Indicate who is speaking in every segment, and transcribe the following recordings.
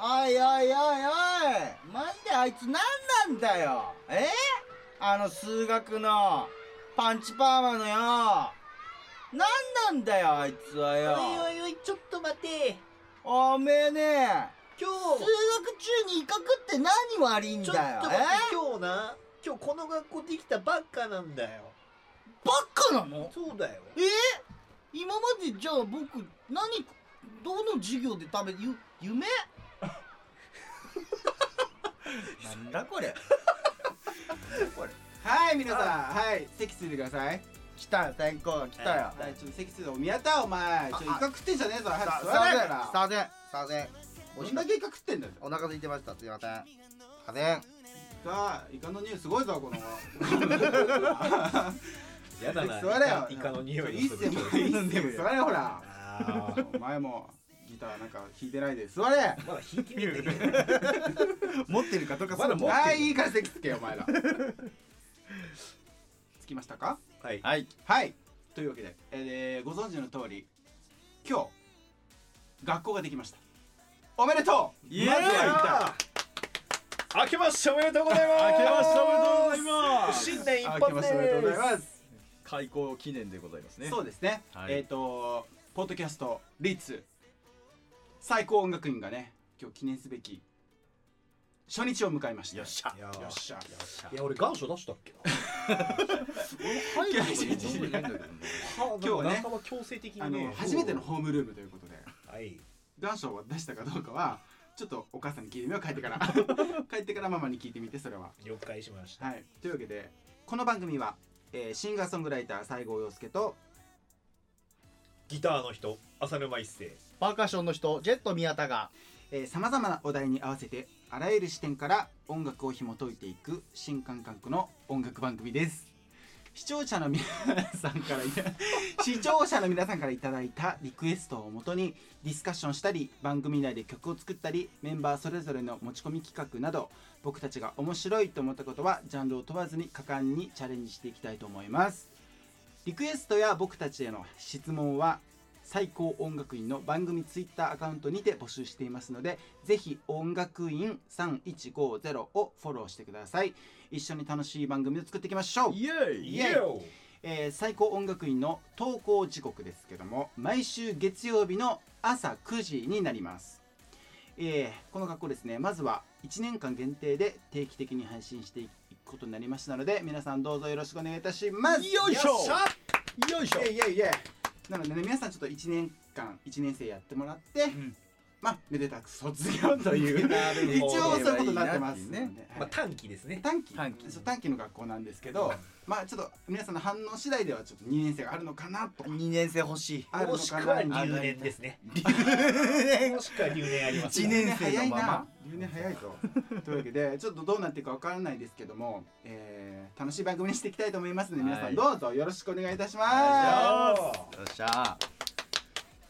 Speaker 1: おいおいおいおいマジであいつ何なんだよえあの数学のパンチパーマのよ何なんだよあいつはよ
Speaker 2: おいおいおい、ちょっと待て。
Speaker 1: おめえね
Speaker 2: 今
Speaker 1: 数
Speaker 2: 日、
Speaker 1: 学中に威嚇って何悪いん
Speaker 2: ちょっと
Speaker 1: だよ
Speaker 2: 待って
Speaker 1: え、
Speaker 2: 今日な、今日この学校できたばっかなんだよ。
Speaker 1: バカなの
Speaker 2: そうだよ。
Speaker 1: え今までじゃあ僕何どの授業で食べゆ夢なんだこれ
Speaker 3: はい皆さんはい席ついてください
Speaker 1: 来たよ先行が来たよ
Speaker 3: はいちょっと席ついてお宮田お前ちょっとイカ食ってんじゃねえぞ早く座れよ
Speaker 1: さ
Speaker 3: か
Speaker 1: させんさせん
Speaker 3: ら
Speaker 1: お
Speaker 3: ど
Speaker 1: し
Speaker 3: んだけイカ食ってんだよ
Speaker 1: お腹空いてましたすいませんさせん
Speaker 3: イカイカの匂いすごいぞこの
Speaker 2: や
Speaker 3: だな座れよ
Speaker 2: イカの匂い
Speaker 3: 一世も一世も座れよほら
Speaker 2: あー
Speaker 3: お前もギターなんか弾いてないで座れ
Speaker 2: まだ引きる
Speaker 1: 持ってるかどうか
Speaker 2: まだ持ってる
Speaker 3: はいいいから席つけよお前らつきましたか
Speaker 2: はい。
Speaker 1: はい
Speaker 3: はいというわけで、えーご存知の通り今日学校ができましたおめでとう
Speaker 1: イエーイ
Speaker 3: まずは
Speaker 2: 明けましておめでとうございます
Speaker 1: 明けましておめでとうございます
Speaker 2: 新年
Speaker 3: ギ
Speaker 2: 一
Speaker 3: ター
Speaker 2: 発
Speaker 3: 明けましておめでとうございます、
Speaker 1: 開校記念でございますね
Speaker 3: そうですね、
Speaker 1: はい
Speaker 3: えっ、とポッドキャストリーツ最高音楽院がね今日記念すべき初日を迎えました
Speaker 1: よっしゃ
Speaker 2: いや
Speaker 3: よっしゃ
Speaker 2: いや俺願書出したっけ
Speaker 1: 入る
Speaker 3: いやいやいやいや
Speaker 2: な今
Speaker 3: 日はね
Speaker 2: は強制的
Speaker 3: あ
Speaker 2: に
Speaker 3: の
Speaker 2: ね
Speaker 3: 初めてのホームルームということで
Speaker 2: はい
Speaker 3: 願書を出したかどうかはちょっとお母さんに聞いてみよう帰ってから 帰ってからママに聞いてみてそれは
Speaker 2: 了解しました
Speaker 3: はいというわけでこの番組は、えーシンガーソングライター西郷陽介と
Speaker 2: ギターの人浅沼一世
Speaker 1: パーカッションの人ジェット宮田が
Speaker 3: さまざまなお題に合わせてあらゆる視点から音楽を紐解いていく新感覚の音楽番組です視聴者の皆さんからいた視聴者の皆さんからいただいたリクエストをもとにディスカッションしたり番組内で曲を作ったりメンバーそれぞれの持ち込み企画など僕たちが面白いと思ったことはジャンルを問わずに果敢にチャレンジしていきたいと思いますリクエストや僕たちへの質問は最高音楽院の番組ツイッターアカウントにて募集していますのでぜひ音楽院3150をフォローしてください一緒に楽しい番組を作っていきましょう
Speaker 1: イエー
Speaker 3: イエーイえー最高音楽院の投稿時刻ですけども毎週月曜日の朝9時になります、えーこの学校ですねまずは1年間限定で定期的に配信していくことになりましたので皆さんどうぞよろしくお願いいたします
Speaker 1: よいしょ
Speaker 3: っゃ
Speaker 1: よいしょ
Speaker 3: イエイイエイイエイなのでね皆さんちょっと1年間1年生やってもらって、
Speaker 2: ん
Speaker 3: まあめでたく卒業 という一応そういうことになってます
Speaker 1: ね
Speaker 2: まあ短期ですね
Speaker 3: 短期
Speaker 1: 短期
Speaker 3: そう短期の学校なんですけ
Speaker 2: う
Speaker 3: ど、
Speaker 2: ん
Speaker 3: まあちょっと皆さんの反応次第ではちょっと2年生があるのかなと
Speaker 1: 2年生欲しい
Speaker 3: あるの
Speaker 2: もしく
Speaker 3: か
Speaker 2: は
Speaker 3: な
Speaker 2: 留年ですねもしくは留年あります
Speaker 1: 一年生のまま
Speaker 3: 留年早いな留年早いぞ というわけでちょっとどうなっていくかわからないですけども、えー楽しい番組にしていきたいと思いますので皆さ
Speaker 1: は
Speaker 3: ん
Speaker 1: い
Speaker 3: どうぞよろしくお願いいたし
Speaker 1: は
Speaker 3: ま
Speaker 2: あ
Speaker 1: よっしゃ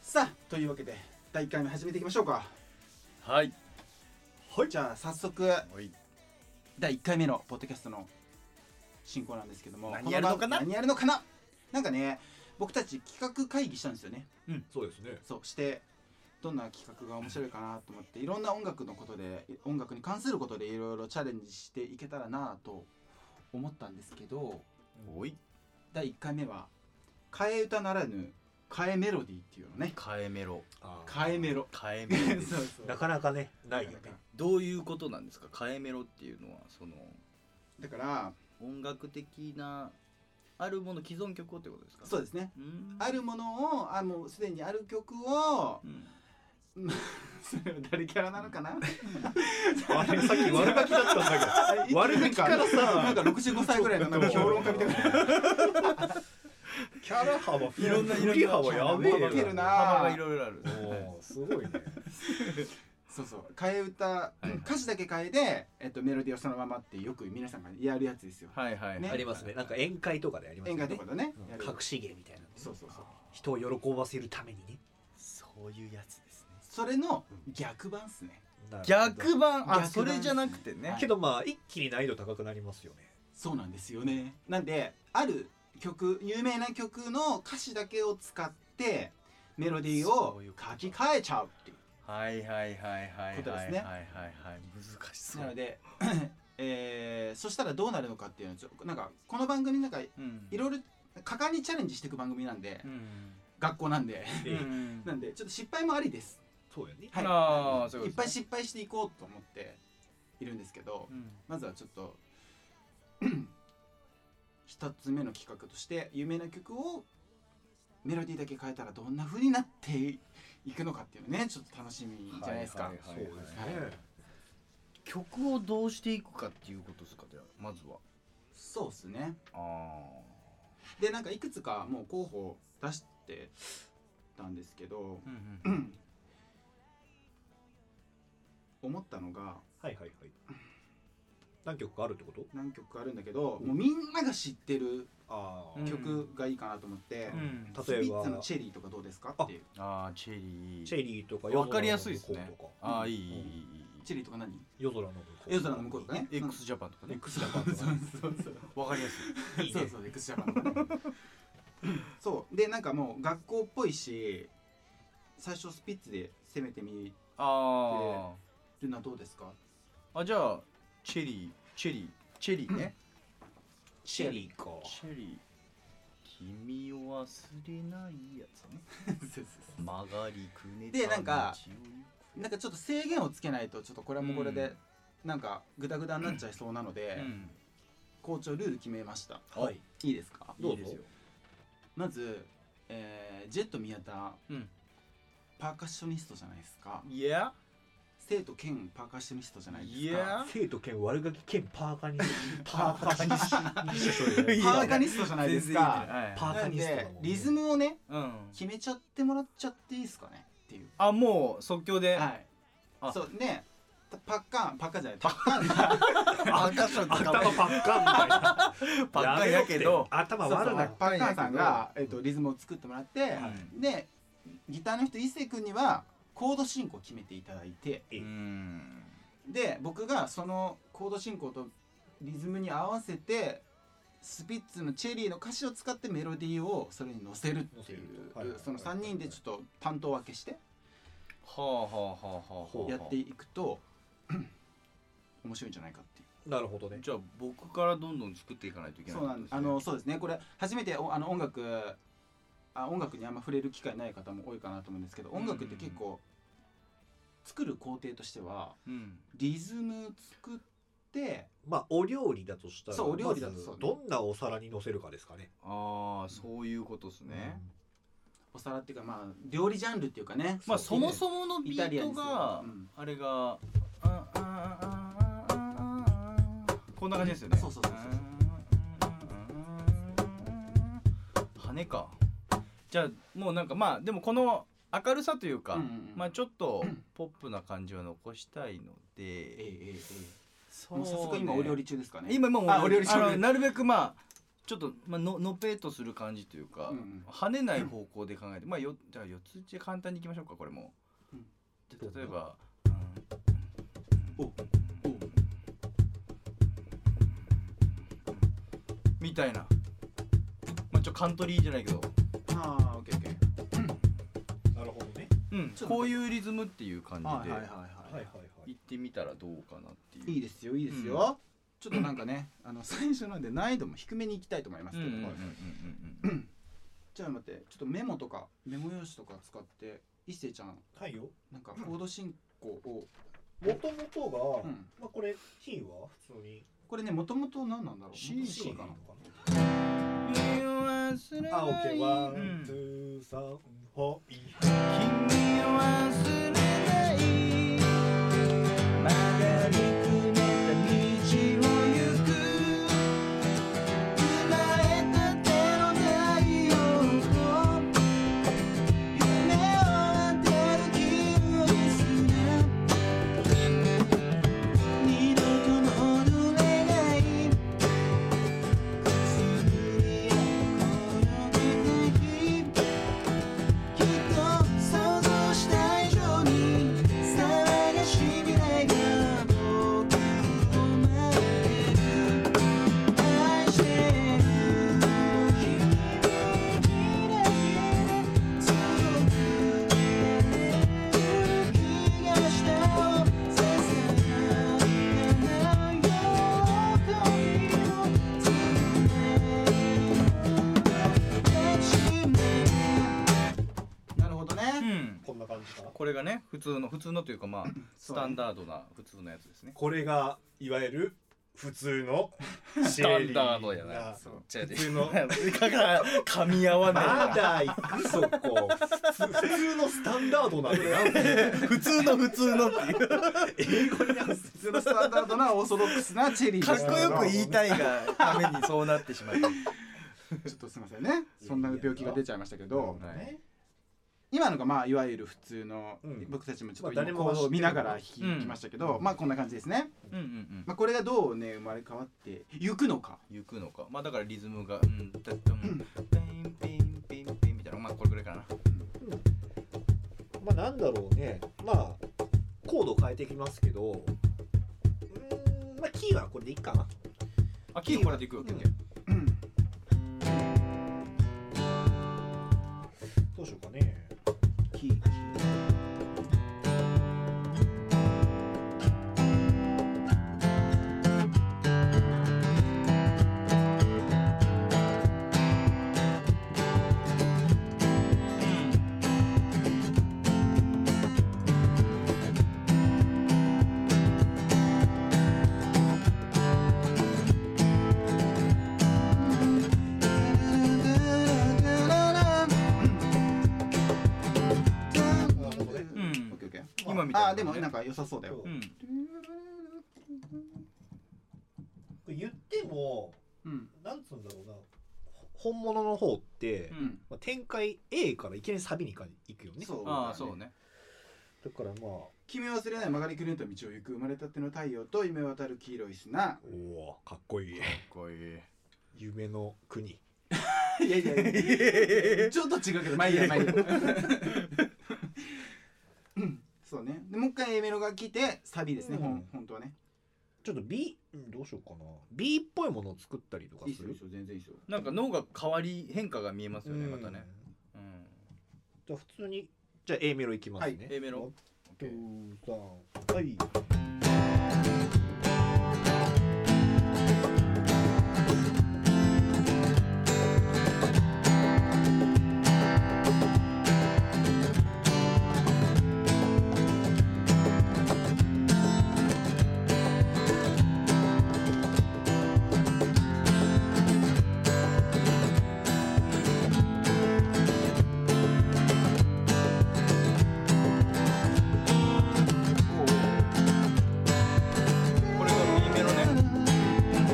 Speaker 3: すさあというわけで第1回目始めていきましょうか
Speaker 1: はい
Speaker 3: はいじゃあ早速
Speaker 1: はい
Speaker 3: 第1回目のポッドキャストの進行なんですけども
Speaker 1: 何やるのかな
Speaker 3: こ番何やるのかななんかね僕たち企画会議したんですよね
Speaker 2: そうですね
Speaker 3: そうしてどんな企画が面白いかなと思っていろんな音楽のことで音楽に関することでいろいろチャレンジしていけたらなと思ったんですけど
Speaker 1: おい
Speaker 3: 第1回目は替え歌ならぬ替えメロディーっていうのね
Speaker 1: 変えメロ
Speaker 2: あー
Speaker 3: 替えメロ
Speaker 1: 変えメ
Speaker 3: そ
Speaker 1: ロ
Speaker 3: う
Speaker 1: です
Speaker 3: そう
Speaker 2: なかなかねないよね
Speaker 1: どういうことなんですか変えメロっていうのはその
Speaker 3: だから
Speaker 1: 音楽的なあるもの既存曲をってことですか
Speaker 3: そう
Speaker 1: う
Speaker 3: ですね
Speaker 1: ーん
Speaker 3: あるものをあもうすでにある曲を
Speaker 1: うん
Speaker 3: それは誰キャラなのかな
Speaker 2: あれさっき悪ガキだったんだ
Speaker 3: 悪口
Speaker 2: からさ
Speaker 3: なんか65歳ぐらいのなんか評論家みた いな
Speaker 2: けどキャラ幅
Speaker 1: いろんな
Speaker 2: 振り幅やべえ
Speaker 3: 持ってるな
Speaker 1: 幅がいろいろある
Speaker 2: おーすごいね
Speaker 3: そうそう替え歌、
Speaker 1: いはい
Speaker 3: 歌詞だけ替えで、えっと、メロディーをそのままってよく皆さんがやるやつですよ
Speaker 1: はいはいはい
Speaker 3: ね
Speaker 2: ありますねなんか宴会とかであります
Speaker 3: 演
Speaker 2: よね
Speaker 3: 歌とかだね、
Speaker 2: うん
Speaker 3: やる
Speaker 2: 隠し芸みたいな
Speaker 3: そうそうそう
Speaker 2: 人を喜ばせるためにね
Speaker 1: そういうやつですね
Speaker 3: それの逆版っすね
Speaker 1: 逆版
Speaker 3: 逆
Speaker 1: あ
Speaker 3: 版
Speaker 1: それじゃなくてね
Speaker 3: はい
Speaker 2: けどまあ一気に難易度高くなりますよね
Speaker 3: そうなんですよねなんである曲有名な曲の歌詞だけを使ってメロディーを
Speaker 1: そういうこと
Speaker 3: 書き換えちゃうっていう
Speaker 1: はいはいはいはいはい
Speaker 3: ことです
Speaker 1: はい
Speaker 3: ね
Speaker 1: はいはい難しそう
Speaker 3: なので、えーそしたらどうなるのかっていうのをちょなんかこの番組なんかい
Speaker 1: うん
Speaker 3: ろいろ果敢にチャレンジしていく番組なんで、
Speaker 1: うん
Speaker 3: 学校なんで
Speaker 2: え
Speaker 1: うん
Speaker 3: なんでちょっと失敗もありです、
Speaker 2: そうやね
Speaker 3: はい、
Speaker 1: あーそういうことですね
Speaker 3: いっぱい失敗していこうと思っているんですけど、
Speaker 1: うん
Speaker 3: まずはちょっと 一つ目の企画として有名な曲をメロディーだけ変えたらどんな風になっていくのかっていうのねちょっと楽しみじゃないですか、
Speaker 1: はいはいはいはい
Speaker 3: はい
Speaker 1: 曲をどうしていくかっていうことですかじゃあまずは
Speaker 3: そうですね
Speaker 1: あ
Speaker 3: でなんかいくつかもう候補出してたんですけど
Speaker 1: あ、
Speaker 3: 思ったのが
Speaker 2: はいはいはい何曲かあるってこと
Speaker 3: 何曲かあるんだけどもうみんなが知ってる
Speaker 2: ああ、
Speaker 1: うん
Speaker 3: 曲がいいかなと思って、
Speaker 1: うん
Speaker 3: スピ
Speaker 2: 例え
Speaker 3: ッツの
Speaker 2: ば
Speaker 3: 「チェリー」とかどうですかっていう
Speaker 1: ああチェリー
Speaker 2: チェリーとか
Speaker 1: わかりやすいですね
Speaker 2: とか
Speaker 1: ああいいいいいいい
Speaker 3: チェリーとか何
Speaker 2: 夜空の向こう
Speaker 3: 夜空の向こうとかね
Speaker 1: x ジャパンとかね
Speaker 2: X ジャパンとかね
Speaker 3: そうそう
Speaker 1: わかりやす
Speaker 2: いいね
Speaker 3: そうそう x ジャパンとかねそうでなんかもう学校っぽいし最初スピッツで攻めてみ
Speaker 1: いあ
Speaker 3: るのはど うですか
Speaker 1: ああじゃあチェリーチェリーチェリーね
Speaker 2: チェリーか
Speaker 1: チェリー君を忘れないやつね曲がりくね
Speaker 3: でなんかなんかちょっと制限をつけないとちょっとこれもこれで、なんかグダグダになっちゃいそうなので、
Speaker 1: うん
Speaker 3: 校長ルール決めました
Speaker 2: はい
Speaker 3: いいですか
Speaker 2: どうぞ
Speaker 1: いいですよ
Speaker 3: まず、えージェット宮田
Speaker 1: うん
Speaker 3: パーカッショニストじゃないですか
Speaker 1: いや
Speaker 3: 生徒兼パーカッショニストじゃないですか
Speaker 1: いや
Speaker 2: 生徒兼悪ガキ兼パーカニストパーカニス
Speaker 1: いや
Speaker 3: パー
Speaker 2: ト
Speaker 3: カニストじゃないですか
Speaker 2: パー
Speaker 3: な
Speaker 2: カ
Speaker 3: ん
Speaker 2: ニストだ
Speaker 3: で
Speaker 2: もんね
Speaker 3: リズムをね
Speaker 1: うん
Speaker 3: 決めちゃってもらっちゃっていいですかねっていう
Speaker 1: あもう即興で
Speaker 3: はい
Speaker 1: あ
Speaker 3: そうねパッカンパッカンじゃないパッカ ンだ
Speaker 1: 赤ちょっと
Speaker 2: 頭パッカンみたいな
Speaker 1: パッカンやけど
Speaker 2: 頭
Speaker 3: そうそ
Speaker 2: 悪
Speaker 3: う
Speaker 2: な
Speaker 3: パッカンさんが、えっとリズムを作ってもらって、
Speaker 1: う
Speaker 3: でギターの人伊勢君にはコード進行を決めていただいて
Speaker 2: うん
Speaker 1: ん
Speaker 3: で僕がそのコード進行とリズムに合わせてスピッツの「チェリー」の歌詞を使ってメロディーをそれに乗せるってい
Speaker 2: 乗せる
Speaker 3: う
Speaker 2: とはいはいはい
Speaker 3: その3人でちょっと担当分けして
Speaker 1: はあはあはあはあはあ
Speaker 3: やっていくと 面白いんじゃないかっていう。
Speaker 2: なるほどね
Speaker 1: じゃあ僕からどんどん作っていかないといけない
Speaker 3: そうなんですあのそうですねこれ初めておあの音楽あ音楽にあんま触れる機会ない方も多いかなと思うんですけど音楽って結構作る工程としては
Speaker 1: うん
Speaker 3: リズム作って
Speaker 2: まあお料理だとしたら
Speaker 3: そうお料理だと
Speaker 2: まず
Speaker 3: そう
Speaker 2: どんなお皿に乗せるかですかね
Speaker 1: ああそういうことですね、
Speaker 3: お皿っていうかまあ料理ジャンルっていうかね
Speaker 1: まあそも
Speaker 3: も
Speaker 1: そものビ
Speaker 3: イタリ
Speaker 1: ー
Speaker 3: ア
Speaker 1: ト
Speaker 3: ン
Speaker 1: が、
Speaker 3: うん
Speaker 1: あれがああああああこんな感じですよね
Speaker 3: そうそうそうそう
Speaker 1: 羽かじゃあもうなんかまあでもこの明るさというか、
Speaker 3: うんうんうん
Speaker 1: まあちょっとポップな感じは残したいの
Speaker 3: ええ
Speaker 1: で、
Speaker 3: ええええ
Speaker 1: そ
Speaker 3: もう早速今お料理中ですかね
Speaker 1: 今今もう
Speaker 3: あお料理
Speaker 1: あの
Speaker 3: 中
Speaker 1: なるべくまあちょっと、まあののぺっとする感じというか、
Speaker 3: うんうん
Speaker 1: 跳ねない方向で考えて、まあよじゃあ四つ打ちで簡単にいきましょうかこれも、
Speaker 3: うん
Speaker 1: じゃあ例えば、
Speaker 3: おお
Speaker 1: みたいなまあちょカントリーじゃないけど
Speaker 3: ああオッケーオッケー
Speaker 2: なるほどね
Speaker 1: うん
Speaker 3: ちょっと待って
Speaker 1: こういうリズムっていう感
Speaker 3: はい
Speaker 1: じ
Speaker 3: はい
Speaker 1: で
Speaker 3: はい
Speaker 2: は
Speaker 3: はい
Speaker 2: はいいはい
Speaker 1: 行ってみたらどうかなっていう
Speaker 3: いいですよいいですよ、ちょっとなんかねあの最初なんで難易度も低めにいきたいと思います
Speaker 1: う
Speaker 3: け
Speaker 1: ん
Speaker 3: ど、
Speaker 1: うんうんうんうんうん
Speaker 3: ちょっと待ってちょっとメモとかメモ用紙とか使って一星ちゃん
Speaker 2: はいよ
Speaker 3: なんかコード進行を、
Speaker 2: もともと
Speaker 3: う
Speaker 2: が、
Speaker 3: ん、
Speaker 2: まあこれ品は普通に
Speaker 3: これねもともと何なんだろう
Speaker 1: C
Speaker 3: C かな
Speaker 1: 君を忘れない
Speaker 2: あ、オッケー、ワ
Speaker 1: う
Speaker 2: ン、
Speaker 1: ん
Speaker 2: ツー、サン、ホイ。
Speaker 1: 君を忘れない曲がりくねった道を行く生まれたての太陽と夢を当てる気分すら二度と戻れないくすぶり合うこの気づききっと想像した以上に
Speaker 2: 感じか
Speaker 1: これがね普通の普通のというかまあスタンダードな普通のやつですね
Speaker 4: これがいわゆる普通のシ
Speaker 1: スタ
Speaker 4: ェリ
Speaker 1: ン
Speaker 4: ー
Speaker 1: ダードやな
Speaker 4: な
Speaker 1: そう違う
Speaker 4: 普通の
Speaker 1: だから噛み合わ
Speaker 2: ま
Speaker 1: ないな
Speaker 2: だ行くそこふ普通のスタンダードなんだよ
Speaker 1: 普通の普通のっていう
Speaker 2: 英語に直す
Speaker 3: 普通のスタンダードなオーソドックスなチェリー
Speaker 1: か
Speaker 3: で
Speaker 1: っ
Speaker 3: す
Speaker 1: こよく言いたいがためにそうなってしまった
Speaker 3: ちょっとすみませんねそんな病気が出ちゃいましたけど
Speaker 1: はい
Speaker 2: ね
Speaker 3: 今のがまあいわゆる普通の、
Speaker 2: うん
Speaker 3: 僕たちもちょっ
Speaker 2: ま
Speaker 3: と
Speaker 2: あ誰
Speaker 3: 今行
Speaker 2: も
Speaker 3: 動を見ながら
Speaker 2: う
Speaker 3: 弾
Speaker 2: ん
Speaker 3: きましたけど、まあこんな感じですね、
Speaker 1: うんうんう
Speaker 3: まあ、これがどうね生まれ変わっていくのか
Speaker 1: ん行くのかまあだからリズムがうんたっとんピンピンピンピンみたいなまあこれぐらいかな
Speaker 2: まあなんだろうねまあコードを変えていきますけどうーんまあキーはこれでいいかな
Speaker 1: あキーこれでいくよキーで
Speaker 3: うん
Speaker 2: どうしようかね
Speaker 3: キー
Speaker 1: うん
Speaker 3: うんオッケーオッケー
Speaker 1: 今みたいな
Speaker 3: あーでもなんか良さそうだよ
Speaker 2: そう
Speaker 1: うん
Speaker 2: 言っても
Speaker 3: うん
Speaker 2: なんつうんだろうなほ本物の方って、
Speaker 1: う
Speaker 3: うんん
Speaker 2: まあ、展開 A からいきなりサビにか行くよね
Speaker 3: そう
Speaker 1: ああそうね
Speaker 2: だからまあ
Speaker 3: 君を忘れない曲がりくねと道を行く生まれたての太陽と夢渡る黄色い砂
Speaker 2: おおかっこいい
Speaker 1: かっこいい
Speaker 2: 夢の国
Speaker 3: いやいや いやちょっと違うけどまあいいやまあいい やうんそうねでもう一回 A メロが来てサビですね、
Speaker 2: うん
Speaker 3: ほん、本当はね
Speaker 2: ちょっと B うんどうしようかな B っぽいものを作ったりとか
Speaker 3: いいっ
Speaker 2: す
Speaker 3: すよ
Speaker 2: る
Speaker 3: いいっすよ全然いいっすよ
Speaker 1: なんか脳が変わり変化が見えますよねまたね
Speaker 2: うん
Speaker 1: うん
Speaker 2: じゃあ普通にじゃあ A メロいきますね、
Speaker 3: は
Speaker 1: A メロオッケー
Speaker 2: 1 2はい
Speaker 1: これが B メロね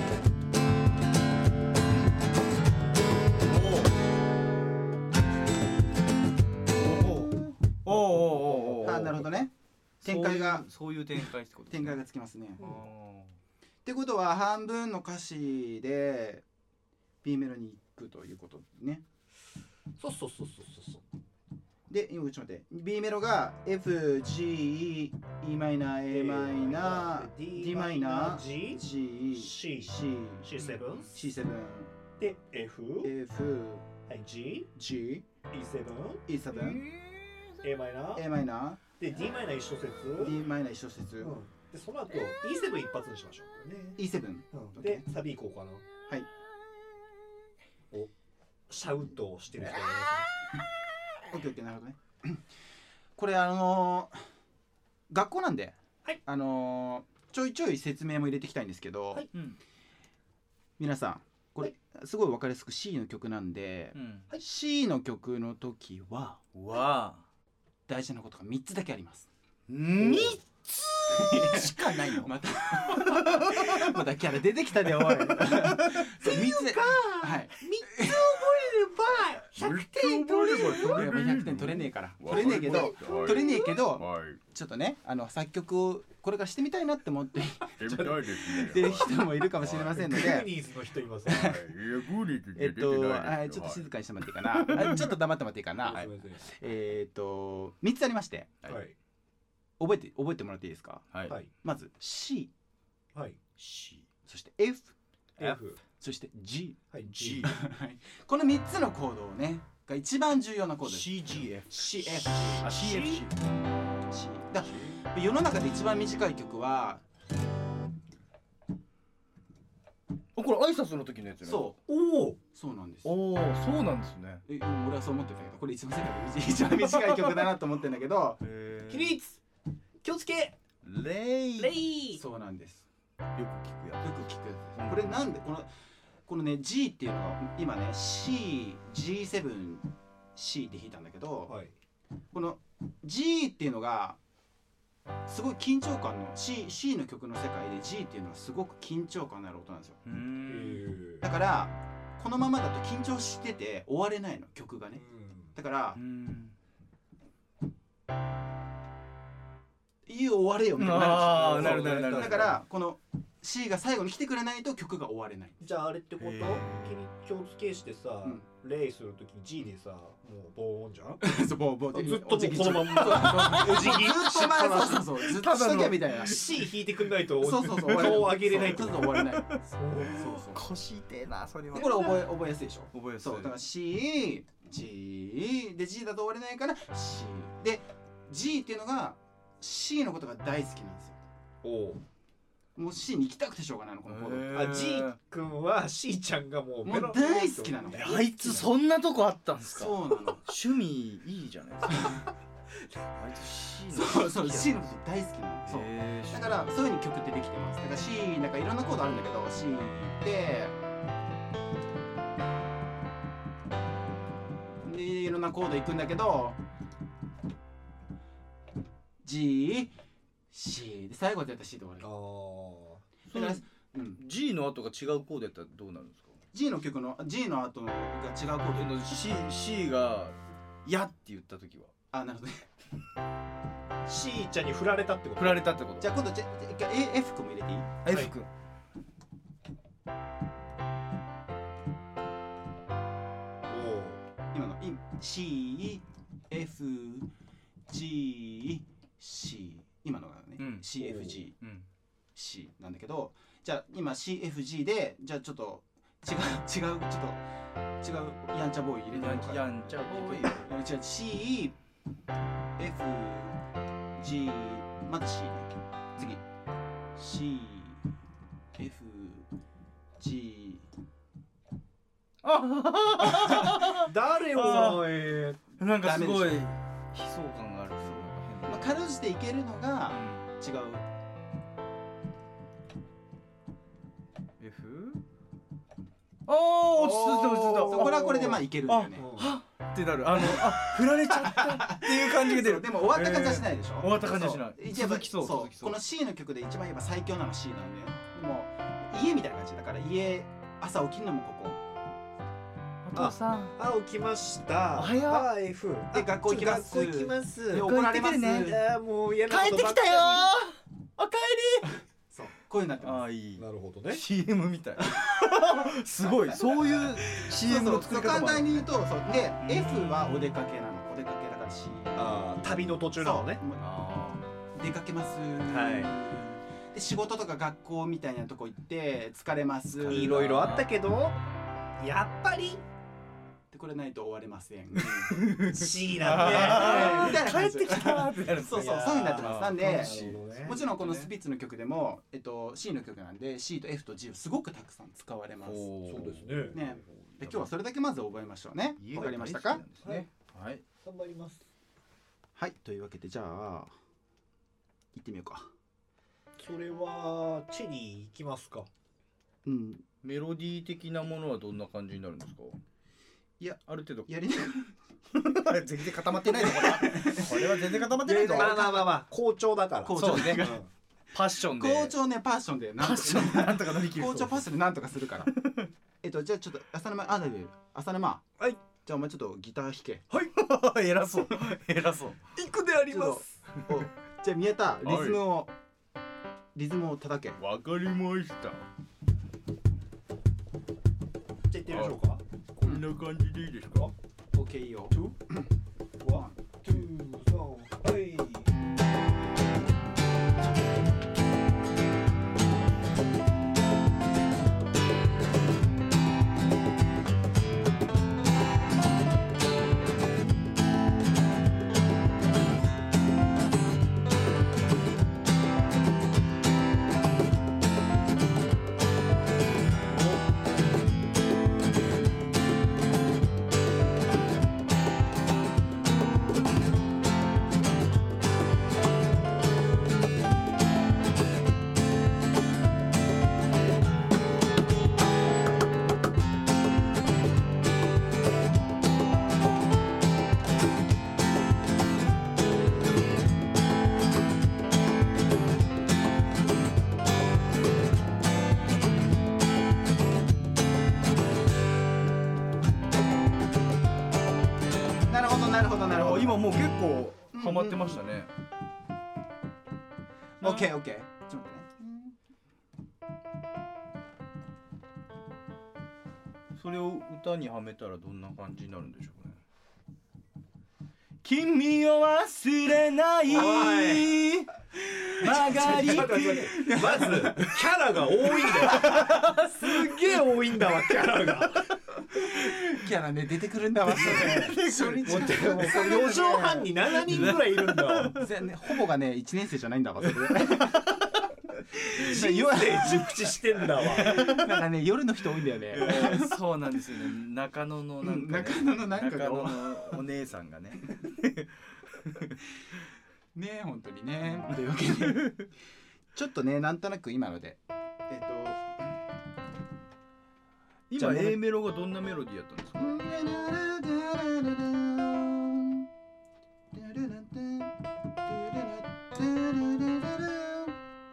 Speaker 1: おおおおおおおおおお
Speaker 3: あーなるほどね展開が
Speaker 1: そういうそういう展開ってこと
Speaker 3: 展開
Speaker 1: が
Speaker 3: がつきますね、ってことは半分の歌詞で B メロに行くということね
Speaker 2: そうそうそうそうそうそう
Speaker 3: で今ちょっと待って B メロが FGEEmAmD マイナー
Speaker 2: G C C7
Speaker 3: GCCCFGE7
Speaker 2: で F はい G E7 A マイナー
Speaker 3: a マイナ
Speaker 2: で D マイナー一小節
Speaker 3: ー d マイナー一小節
Speaker 2: うんでその後 E7 一発にしましょうね
Speaker 3: E7
Speaker 2: うんでサビいこうかな
Speaker 3: はい
Speaker 2: おシャウトをしてる人がい
Speaker 3: オッケーオッケーなるほどね これあのー学校なんで、
Speaker 2: はい
Speaker 3: あのーちょいちょい説明も入れていきたいんですけど、
Speaker 2: はい
Speaker 1: うん
Speaker 3: 皆さんこれ、すごい分かりやすく C の曲なんで、
Speaker 1: うん
Speaker 2: はい
Speaker 3: C の曲の時は
Speaker 1: わあ
Speaker 3: 大事なことが3つだけあり ます
Speaker 1: に
Speaker 3: しかないのまた またキャラ出てき たでおいそう3つではい
Speaker 2: ます100点取れる
Speaker 3: 俺は100点取れねえから取れねえけど取れねえけどちょっとねあの作曲をこれからしてみたいなって思ってってる人もいるかもしれませ んの
Speaker 2: クー
Speaker 3: で。
Speaker 2: ニーズの人います
Speaker 3: えっと、はい、ちょっと静かにしてもらっていいかな。あちょっと黙ってもらっていいかな。
Speaker 2: はい
Speaker 3: えっと、三つありまして、
Speaker 2: はい
Speaker 3: 覚えて、覚えてもらっていいですか。
Speaker 1: はい
Speaker 2: はい
Speaker 3: まず C、
Speaker 2: はい
Speaker 1: C
Speaker 3: そして F、
Speaker 2: F
Speaker 3: そして G。
Speaker 2: はい
Speaker 1: G
Speaker 3: はいこの三つのコードをね、が一番重要なコードです。
Speaker 1: CGF
Speaker 3: C、F、
Speaker 1: あ CFC
Speaker 3: C。だ、世の中で一番短い曲は。
Speaker 1: これ挨拶の時のやつね
Speaker 3: そ
Speaker 2: おお
Speaker 3: うそうなんです
Speaker 1: うおおそうなんですね
Speaker 3: え俺はそう思ってたけどこれ一番世界で 一番短い曲だなと思ってんだけど
Speaker 1: へ
Speaker 2: 起立気をつけ
Speaker 5: レイ
Speaker 2: レイ
Speaker 3: そうなんです
Speaker 1: よく聞くや
Speaker 3: よく聞くやつですこれなんでこのこのね G っていうのが今ね CG7C って弾いたんだけど、
Speaker 2: はい
Speaker 3: この G っていうのがすごい緊張感の C, C の曲の世界で G っていうのはすごく緊張感のある音なんですよ
Speaker 5: う
Speaker 6: え
Speaker 5: ん
Speaker 6: ー
Speaker 3: だからこのままだと緊張してて終われないの曲がねだから
Speaker 5: うん
Speaker 3: 「いいよ終われよ」みたいにな
Speaker 1: あ
Speaker 6: ー
Speaker 3: るんで
Speaker 6: なるな
Speaker 3: すよ
Speaker 6: るなる
Speaker 3: そうだからこの C が最後に来てくれないと曲が終われない
Speaker 2: じゃああれってこと
Speaker 1: へー
Speaker 2: 気に気をつけしてさ、レイするとき G でさもう防音じゃ ん
Speaker 3: そうボーボー
Speaker 2: ずっともうこのまん
Speaker 3: ま
Speaker 2: お辞儀
Speaker 3: ずっと前そうそうそうずっとしとけみたいな
Speaker 2: C 引いてくんないと
Speaker 3: そうそうそ う
Speaker 2: 顔を上げれないと
Speaker 3: そうそうそう終われない
Speaker 2: そう
Speaker 3: そうそう
Speaker 5: 腰痛えなそれは
Speaker 3: でこれ覚え覚えやすいでしょ
Speaker 5: 覚えやすい
Speaker 3: そうだから C G で G だと終われないから C で G っていうのが C のことが大好きなんですよ
Speaker 2: おう
Speaker 3: もう C に行きたくてしょうがないのこの行動
Speaker 5: へー
Speaker 2: あ G 君は C ちゃんがもう
Speaker 3: もう大好きなの
Speaker 2: ペロンペロンって
Speaker 1: あいつそんなとこあったんすか
Speaker 3: そうなの
Speaker 1: 趣味いいじゃないです かあいつ C の
Speaker 3: そうそう C のこと大好きなのそう
Speaker 1: へー
Speaker 3: だからそういうふうに曲ってできてますだから C なんかいろんなコードあるんだけど C ってでいろんなコードいくんだけど GC で最後でやったら C で終わる
Speaker 2: あー
Speaker 1: そ
Speaker 3: だ
Speaker 1: の
Speaker 3: から、うん、
Speaker 1: G の後が違うコードやったらどうなるんですか
Speaker 3: G の曲の G の後のが違うコ
Speaker 1: そ
Speaker 3: ード
Speaker 1: の C, C が「や」って言った時は
Speaker 3: あなるほどね
Speaker 2: C ちゃんに振られたってこ
Speaker 1: 振
Speaker 2: と
Speaker 1: られたってこと
Speaker 3: じゃあ今度じゃじゃ一回 A- F 君も入れていい
Speaker 1: あ F 君
Speaker 2: おう
Speaker 3: 今のい C F G C 今のがね、
Speaker 1: うん
Speaker 3: C F G
Speaker 1: うん
Speaker 3: C なんだけどじゃあ今 C F G でじゃあちょっと違う違うちょっと違うやんちゃボーイ入れて
Speaker 1: やん
Speaker 3: みようか
Speaker 1: やんちゃボーイ
Speaker 3: うん違う C F G また C ね次 C F G
Speaker 2: 誰お前
Speaker 1: なんかすごい
Speaker 3: ダメで
Speaker 1: 悲壮感があるそうなんか
Speaker 3: まあ軽んじていけるのが違う
Speaker 1: 変な F? ああ落ち着いた落ち着いた
Speaker 3: そうこれはこれでまあ
Speaker 1: い
Speaker 3: いけるんだよね
Speaker 2: うん
Speaker 1: ってなるあのあ振られちゃったっていう感じが出
Speaker 3: そう
Speaker 1: る
Speaker 3: でも終わった感じはしないでしょ、
Speaker 1: 終わった感じはしない
Speaker 3: そう
Speaker 1: 続きそう
Speaker 3: やっぱ
Speaker 1: 続きそう
Speaker 3: この C の曲で一番言えば最強なの C なんででも家みたいな感じだから家朝起きるのもここ
Speaker 1: お父さん
Speaker 2: あ起きました
Speaker 1: おはよう
Speaker 2: あ F
Speaker 3: で
Speaker 2: あ
Speaker 3: 学校行きます
Speaker 2: 学校行きます
Speaker 3: で怒られます
Speaker 1: 帰ってきて
Speaker 2: あーもう嫌なこ
Speaker 1: 帰
Speaker 2: と
Speaker 1: って
Speaker 2: ば
Speaker 1: き
Speaker 2: っ
Speaker 1: た
Speaker 2: かり
Speaker 1: よーおか
Speaker 3: そうこういうになって
Speaker 1: あ
Speaker 3: ま
Speaker 1: あ
Speaker 3: す
Speaker 1: いい
Speaker 2: なるほどね
Speaker 1: CM みたい すごいそういう CM
Speaker 3: そう
Speaker 1: の
Speaker 3: そ
Speaker 1: 作
Speaker 3: う
Speaker 1: り方
Speaker 3: 簡
Speaker 1: もあ
Speaker 3: 単
Speaker 1: る
Speaker 3: に言うとそうで、
Speaker 1: うん
Speaker 3: F はお出かけなのお出かけだから C
Speaker 2: あー旅の途中なのね
Speaker 3: そうもう
Speaker 1: あ
Speaker 3: 出かけます
Speaker 2: は
Speaker 3: で仕事とか学校みたいなとこ行って疲れます
Speaker 2: いろいろあったけどやっぱり
Speaker 3: でこれないと終われませ ん
Speaker 2: C
Speaker 3: あ
Speaker 2: な
Speaker 3: ー
Speaker 2: んで
Speaker 3: みたいな感じ
Speaker 1: 帰ってきたーってなる
Speaker 3: そうそうそういうになってますなんで
Speaker 1: しい
Speaker 3: もちろんこのスピッツの曲でも、えっと、C の曲なんで C と F と G をすごくたくさん使われます。で
Speaker 1: おー
Speaker 2: そうですね
Speaker 3: ね今日はそれだけまず覚えましょうね。わかりましたか
Speaker 1: はいはい
Speaker 2: 頑張ります
Speaker 3: はい。というわけでじゃあ行ってみようか。
Speaker 2: それはチェリー行きま すか
Speaker 3: うん。
Speaker 1: メロディー的なものはどんな感じになるんですか
Speaker 3: いや
Speaker 1: ある程度
Speaker 3: やりながら
Speaker 5: 全然固まってないぞ これこれは全然固まってないぞ
Speaker 2: まあまあまあまあ校長だから
Speaker 3: 校
Speaker 1: そ
Speaker 3: 長
Speaker 1: うね
Speaker 2: うん
Speaker 1: パッションで
Speaker 3: 校長ねパッションでなんとか、ね、
Speaker 5: なんとか乗り切る
Speaker 3: 校長パッションでなんとかする から。えっとじゃあちょっと浅沼あだで浅沼。
Speaker 2: はい。
Speaker 3: じゃあお前ちょっとギター弾け。
Speaker 5: 偉そう偉そう
Speaker 2: 行くであり
Speaker 3: ちょっ
Speaker 2: ま
Speaker 3: と
Speaker 2: す
Speaker 3: おじゃあ宮田リズムを、リズムを叩け。
Speaker 1: わかりました
Speaker 2: じゃあ行ってみましょうか
Speaker 1: こんな感じでいいですか
Speaker 3: オッケーいいよ。
Speaker 2: ワン、ツー、ソー、はい。
Speaker 1: 「
Speaker 3: なるほどなるほどなるほど
Speaker 1: 今もう結構ハマってましたね。
Speaker 3: オッケーオッケーちょっと待ってね
Speaker 1: それを歌にはめたらどんな感じになるんでしょうね。君を忘れない曲がり
Speaker 2: ちょっと待ってまずキャラが多いんだよすっげえ多いんだわキャラが
Speaker 3: キャラね出てくるんだわそれ初日
Speaker 2: もう4畳半 に7人ぐらいいるんだわ
Speaker 3: 全然ほぼがね1年生じゃないんだわそれ
Speaker 2: 人生熟知してんだわ
Speaker 3: なんかね夜の人多いんだよね
Speaker 1: そうなんですよね。中野のなんか、ね、
Speaker 3: 中野のなんかが
Speaker 1: 中野のお姉さんがね。
Speaker 3: ね本当にねというわけで ちょっとねなんとなく今のでえっとじゃあ
Speaker 1: 今 A メロがどんなメロディーやったんですか。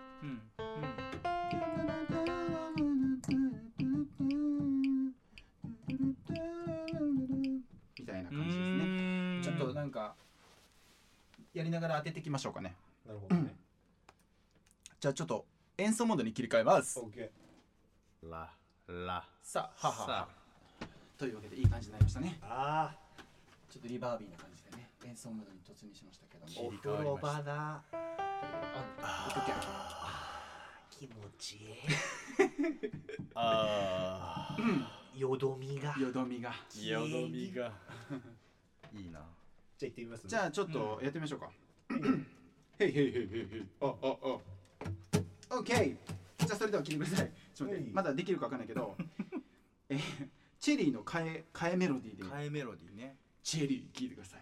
Speaker 1: うん。
Speaker 3: みたいな感じですね。ちょっとなんかやりながら当てていきましょうかね。
Speaker 6: なるほどね。
Speaker 3: じゃあちょっと演奏モードに切り替えます。
Speaker 6: オッケー。
Speaker 1: ララ
Speaker 3: さあ、はははというわけでいい感じになりましたね。
Speaker 6: あ
Speaker 3: ちょっとリバービーな感じでね、演奏モードに突入しましたけど
Speaker 2: お
Speaker 3: も。
Speaker 2: 風呂場だ
Speaker 3: あ、オッケーオッケ
Speaker 2: 気
Speaker 3: ー
Speaker 2: 持ちい
Speaker 1: ああ
Speaker 2: いよどみが
Speaker 3: よどみが。
Speaker 1: よどみがいいな
Speaker 6: じゃあ行ってみます
Speaker 3: じゃあちょっとやってみましょう か。へいへいへいへいへい。あああ。オッケー。じゃあそれでは聞いてください。ちょっと待って
Speaker 6: はい
Speaker 3: まだできるかわかんないけ ど。えーチェリーの替え替えメロディーで
Speaker 1: 替えメロディーね
Speaker 3: チェリー聞いてください。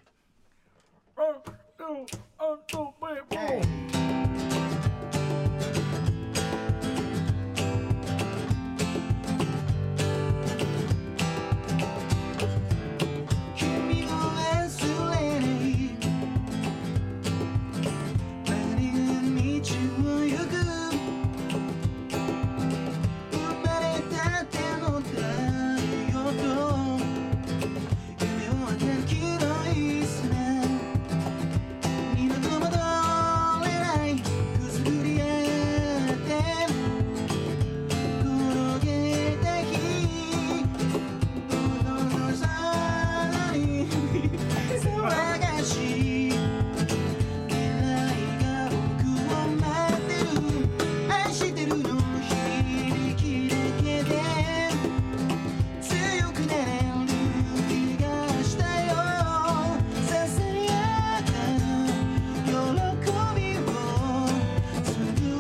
Speaker 3: 君を忘れない何が道を行く生まれたての太陽と夢を与える黄色い砂二度と戻れないくすぐり合って転げた日炎の空に騒がしい未来が僕を待ってる愛してるの響きだけで強くなれる気がしたよささやかな喜びをつぶれる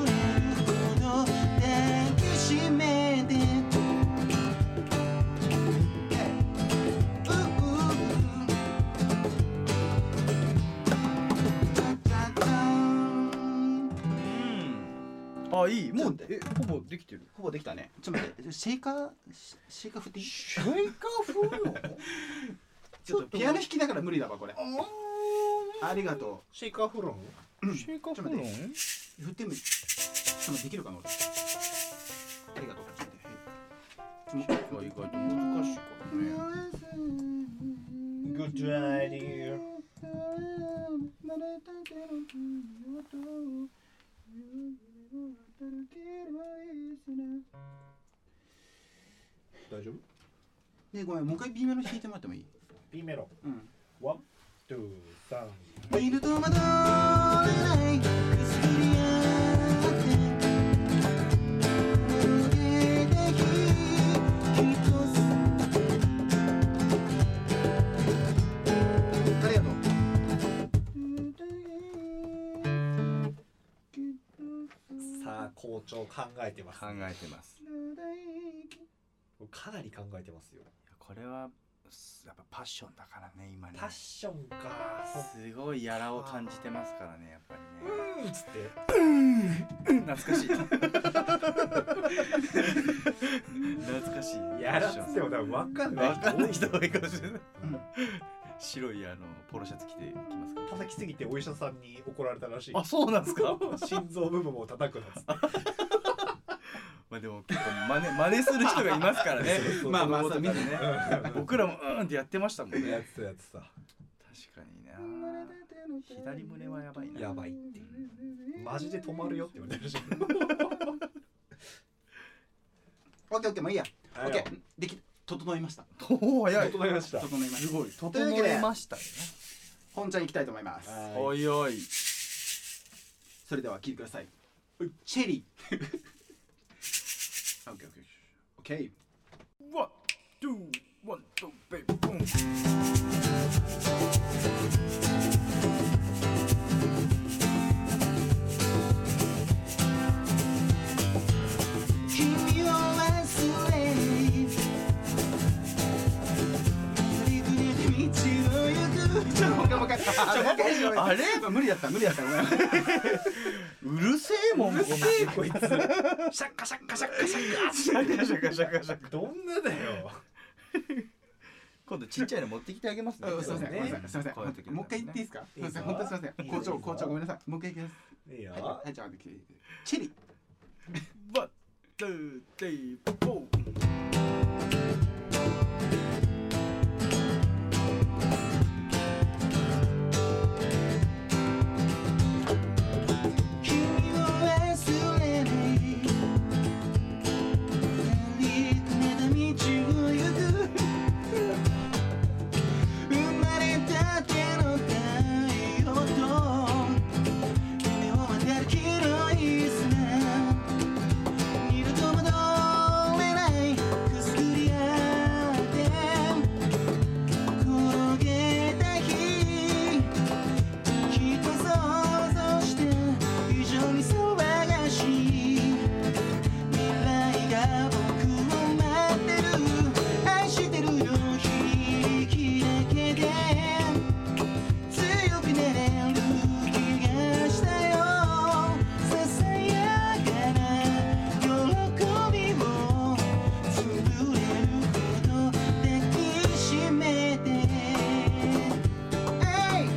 Speaker 3: ほど抱きしめて「ううタタタン
Speaker 1: うんあいいもうえほぼできてる
Speaker 3: ほぼできたね。ちょっと待って、シェイカー、シシェイカー振っていい
Speaker 2: シェイカー風の
Speaker 3: ちょっとピアノ弾きながら無理だわ、これ。ありがと
Speaker 2: シェイカー風呂
Speaker 1: シェイカ
Speaker 3: ーフロン
Speaker 1: ン
Speaker 3: う。振ってみ、ちょっとできるかな、俺。ありがとう。ちょっと待ってはいちょっと
Speaker 1: 意外と難しいからね
Speaker 6: Good idea 大丈夫
Speaker 3: ねごめん、もう一回 B メロ弾いてもらってもいい
Speaker 6: ?B メロ
Speaker 3: うん。
Speaker 6: ワン、ツー、サン
Speaker 3: 二度と戻れないくすぐり合って逃げて一つありがとう
Speaker 2: さあ校長考えてます
Speaker 1: 考えてますい
Speaker 2: かなり考えてますよ
Speaker 1: やこれはすやっぱパッションだからね今ね
Speaker 2: パッションか
Speaker 1: すごいやらを感じてますからねやっぱり
Speaker 2: うんっつって
Speaker 1: ね 懐かしい懐かしい
Speaker 2: やらっつっても多分分かんない
Speaker 1: わかんない人が多いかもしれない
Speaker 2: うん
Speaker 1: 白いあのポロシャツ着てきますから
Speaker 2: 叩きすぎてお医者さんに怒られたらしい
Speaker 1: あそうなんですか
Speaker 2: 心臓部分を叩くなっつって
Speaker 1: まあでも結構真似真似する人がいますからね
Speaker 2: そうそう
Speaker 1: まあまあそうみんなね
Speaker 2: や
Speaker 1: 僕らもうーんってやってましたもん
Speaker 2: つや
Speaker 1: ね
Speaker 2: つやつさ
Speaker 1: 確かにな左胸はやばいな
Speaker 2: やばいってマジで止まるよって言われてるし。
Speaker 3: オッケーオッケーもういいやオ
Speaker 2: オ
Speaker 3: ッケーでき整いました
Speaker 1: おお早い
Speaker 2: 整いました。
Speaker 3: 整いま
Speaker 1: す
Speaker 3: した
Speaker 1: ごい整
Speaker 3: というわけで
Speaker 1: えましたよ
Speaker 3: 本ちゃんいきたいと思います
Speaker 1: ねおいおい
Speaker 3: それでは聞いてくださいチェリ ーオッケーオッケーオッケー
Speaker 1: ワンツーワンツーベイボン
Speaker 3: 君を忘れ陸に道を行くちょっともう一回もう一回ちょっともう一回しよう
Speaker 1: あれ
Speaker 3: 無理だった無理だったごめん
Speaker 1: うるせえもんこの
Speaker 2: こいつ。
Speaker 3: シャッカシャッカシャッカシャッカ
Speaker 1: シャカシャカシャカシャカ
Speaker 6: どんなだよ。
Speaker 1: 今度ちっちゃいの持ってきてあげますね
Speaker 3: あすいません、ごめんなさい、すいません、
Speaker 1: こういう時
Speaker 3: もう一回言っていいですか。すいません、本当にすいません、校長、校長、ごめんなさい、もう一回言きます。
Speaker 2: いいよ。
Speaker 3: はい、はい、じゃあ、待ってチェリー。
Speaker 1: ワンツーベイボン
Speaker 3: 君を忘れない。二人組の道を行く。生まれたての太陽と。夢を渡る広い砂。二度と戻れないくすり合って転げた日きっと想像して非常に騒がしい未来が僕を待ってる愛してるよ響きだけで強くなれる気がしたよささやかな喜びをつぶれること抱きしめて Hey!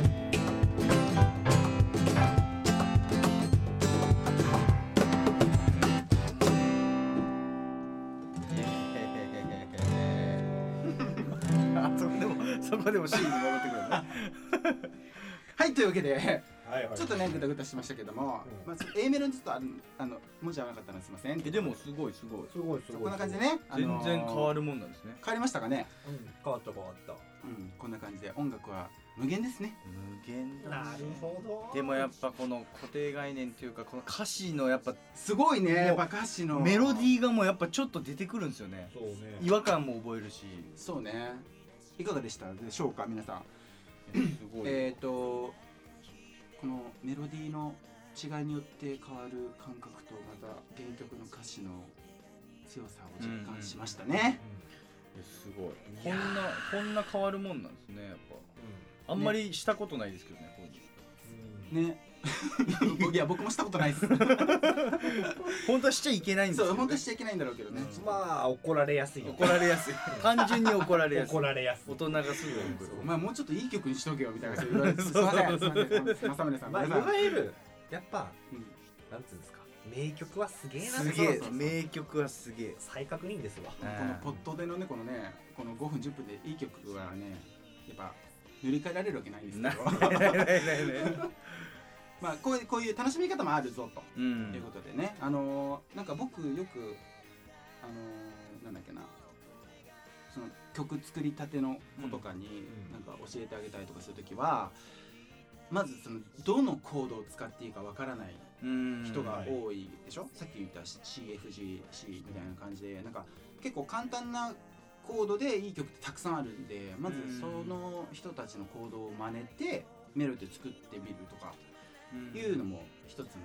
Speaker 1: あそこでもそこでもシーンに戻ってくるね
Speaker 3: はいというわけで
Speaker 6: はいはい。
Speaker 3: ちょっとねグダグダしましたけども、
Speaker 6: うん
Speaker 3: まあ、その A メロにちょっとあのあの文字合わなかったのすいませ ん
Speaker 1: えでもすごいすごい
Speaker 6: すごいすごい。
Speaker 3: こんな感じで。ね、あの
Speaker 1: 全
Speaker 3: ー
Speaker 1: 然変わるもんなんですね
Speaker 3: 変わりましたかね
Speaker 2: うん変わった変わった。
Speaker 3: うんこんな感じで音楽は無限ですね
Speaker 1: 無限だ
Speaker 6: なるほど。
Speaker 1: でもやっぱこの固定概念というかこの歌詞のやっぱ
Speaker 3: すごいね
Speaker 1: もう
Speaker 3: バカ詞の
Speaker 1: メロディーがもうやっぱちょっと出てくるんですよね
Speaker 6: そうね。
Speaker 1: 違和感も覚えるし
Speaker 3: そうねいかがでしたでしょうか皆さん
Speaker 1: すごい、
Speaker 3: えっ、ー、とこのメロディーの違いによって変わる感覚とまた原曲の歌詞の強さを実感しましたね、
Speaker 1: すごいこんなこんな変わるもんなんですねやっ
Speaker 6: う
Speaker 1: ぱあんまりしたことないですけどねこういうの
Speaker 6: ん。
Speaker 3: ね いや僕もしたことないです
Speaker 1: 本当はしちゃいけないんです
Speaker 3: そ
Speaker 1: よ、
Speaker 3: う
Speaker 1: ね、
Speaker 3: 本当にしちゃいけないんだろうけどね、
Speaker 1: うん
Speaker 2: まあ怒られやすいよ。
Speaker 1: 怒られやすい単純に怒られやすい
Speaker 6: 怒られやすい
Speaker 1: 大。人がすぐ怒る
Speaker 3: お前もうちょっといい曲にしとけよみたいなこと言われてすいませんすいませんすいません正宗さん
Speaker 2: まあい
Speaker 3: ごめんな
Speaker 2: わ
Speaker 3: さい
Speaker 2: ゆるやっぱ
Speaker 3: うん
Speaker 2: なんつうんですか名曲はすげえな。
Speaker 1: すげ
Speaker 3: そう
Speaker 1: え
Speaker 3: そうそう
Speaker 1: 名曲はすげえ
Speaker 2: 再確認ですわ。
Speaker 3: このポットでのねこのねこの5分10分でいい曲はねやっぱ塗り替えられるわけないんです け
Speaker 1: な
Speaker 3: ど
Speaker 1: ないないないない
Speaker 3: まあこういうこういう楽しみ方もあるぞと
Speaker 1: う
Speaker 3: というんことでねあのーなんか僕よくあのーなんだっけなその曲作りたての子とかに
Speaker 6: うん
Speaker 3: なんか教えてあげたりとかするときはまずそのどのコードを使っていいかわからない
Speaker 1: うん
Speaker 3: 人が多いでしょ、さっき言った CFGC みたいな感じでなんか結構簡単なコードでいい曲ってたくさんあるんでまず
Speaker 1: うん
Speaker 3: その人たちのコードを真似てメロディー作ってみるとか
Speaker 1: うん
Speaker 3: いうのも一つの、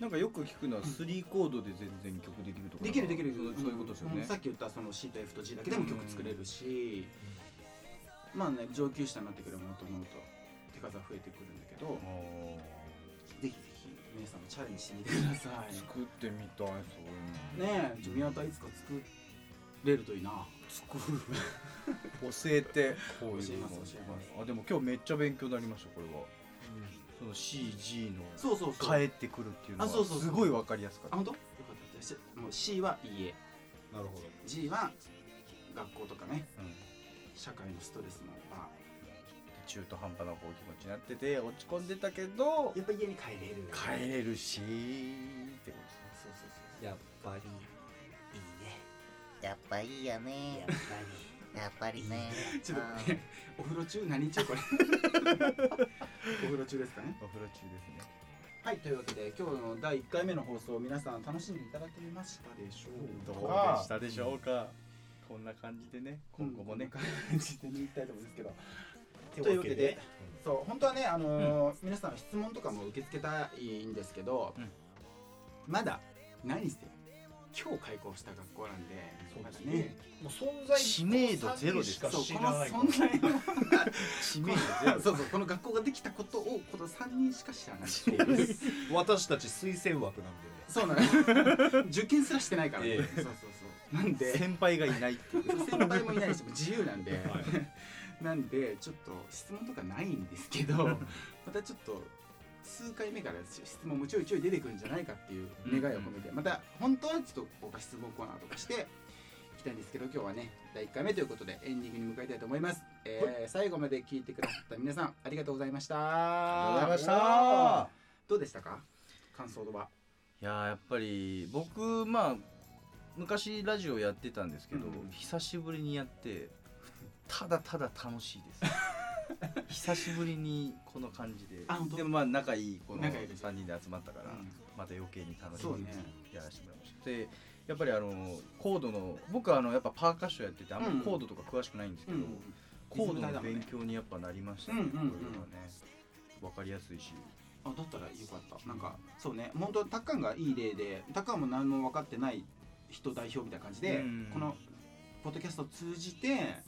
Speaker 1: なんかよく聞くのは3コードで全然曲できるとか
Speaker 3: できるできる
Speaker 1: そうそういうことですよ
Speaker 3: ん
Speaker 1: ね
Speaker 3: さっき言ったその C と F と G だけでも曲作れるし、まあね上級者になってくるものと思うと手数は増えてくるんだけど、
Speaker 1: あ
Speaker 3: ぜひぜひ皆さんもチャレンジしてみてくださ
Speaker 1: ー
Speaker 3: い
Speaker 1: 作ってみたいそういうの
Speaker 3: ねえ宮田いつか作れるといいな
Speaker 1: 作る教えて教
Speaker 3: 教えます教えます
Speaker 1: あでも今日めっちゃ勉強になりましたこれ
Speaker 6: う
Speaker 1: は
Speaker 6: ん
Speaker 1: その CG の
Speaker 3: そうそうそう
Speaker 1: 帰ってくるっていうの
Speaker 3: あそう
Speaker 1: は
Speaker 3: そうそう
Speaker 1: すごいわかりやすかっ
Speaker 3: あ
Speaker 1: た
Speaker 3: 本当？よかったですもう C は家
Speaker 6: なるほど。
Speaker 3: G は学校とかね
Speaker 1: うん
Speaker 3: 社会のストレスのまあ
Speaker 1: 中途半端なこう気持ちになってて落ち込んでたけど
Speaker 2: やっぱ家に帰れる
Speaker 1: 帰れるしってこ
Speaker 2: そうそうそうやっぱりいい
Speaker 5: やっぱいい
Speaker 2: ねや
Speaker 5: よ
Speaker 2: っ
Speaker 5: ね
Speaker 2: ぱり
Speaker 5: やっぱりね
Speaker 3: ちょっとね、お風呂中何中こ れ
Speaker 1: とお風呂
Speaker 3: お風呂中ですかね
Speaker 1: 中ですね
Speaker 3: はいというわけで今日の第1回目の放送皆さん楽しんでいただけましたでしょう
Speaker 1: ど
Speaker 3: か
Speaker 1: うでしたでしょうかこんな感じでね今
Speaker 3: 今
Speaker 1: 後
Speaker 3: 後
Speaker 1: も
Speaker 3: も
Speaker 1: ね
Speaker 3: ね感じでいきたいと思うんですけどと
Speaker 2: と
Speaker 3: い
Speaker 2: いううわ
Speaker 3: わけ
Speaker 2: け
Speaker 3: で
Speaker 2: で、
Speaker 3: そう本当はねあのー皆さんの質問とかも受け付けたいんですけど、
Speaker 1: うん
Speaker 3: まだ何して今日開校した学校なんでまだね
Speaker 2: もう存在
Speaker 1: 知名度ゼロです
Speaker 2: しか
Speaker 3: そう
Speaker 2: 知
Speaker 3: こ
Speaker 2: ら
Speaker 3: の
Speaker 2: ないから
Speaker 3: 存在を
Speaker 1: 知名度ゼ
Speaker 3: そうそうこの学校ができたことをこの3人しか知らないってい う
Speaker 2: 私たち推薦枠なんで
Speaker 3: そうなの受験すらしてないからね、
Speaker 2: ええ
Speaker 3: そうそうそうなん
Speaker 1: ロ
Speaker 3: で
Speaker 1: 先輩がいないっていう
Speaker 3: 先輩もいないしもう自由なんで、
Speaker 2: はい
Speaker 3: なんでちょっと質問とかないんですけどまたちょっと数回目から質問もちょいちょい出てくるんじゃないかっていう願いを込めて、また本当はちょっと僕は質問コーナーとかしていきたいんですけど今日はね第1回目ということでエンディングに向かいたいと思います、えー最後まで聞いてくださった皆さんありがとうございました
Speaker 1: ありがとうございました
Speaker 3: どうでしたか感想は、
Speaker 1: いやーやっぱり僕まあ昔ラジオやってたんですけど、
Speaker 3: うん
Speaker 1: 久しぶりにやってただただ楽しい です久しぶりにこの感じで
Speaker 3: あ本当
Speaker 1: でもまあ仲いいこの
Speaker 3: 仲いいです
Speaker 1: 3人で集まったから、
Speaker 3: うん
Speaker 1: また余計に楽し
Speaker 3: そう
Speaker 1: み
Speaker 3: ね
Speaker 1: にやらせてもらいました、でやっぱりあのコードの僕はあのやっぱパーカッションやっててあんまりコードとか詳しくないんですけど、コードの勉強にやっぱなりましたね、
Speaker 3: うんうんうん
Speaker 1: これはね分かりやすいし
Speaker 3: あだったらよかったなんかそうね本当タッカンがいい例でタッカンも何も分かってない人代表みたいな感じで、
Speaker 1: うん
Speaker 3: このポッドキャストを通じて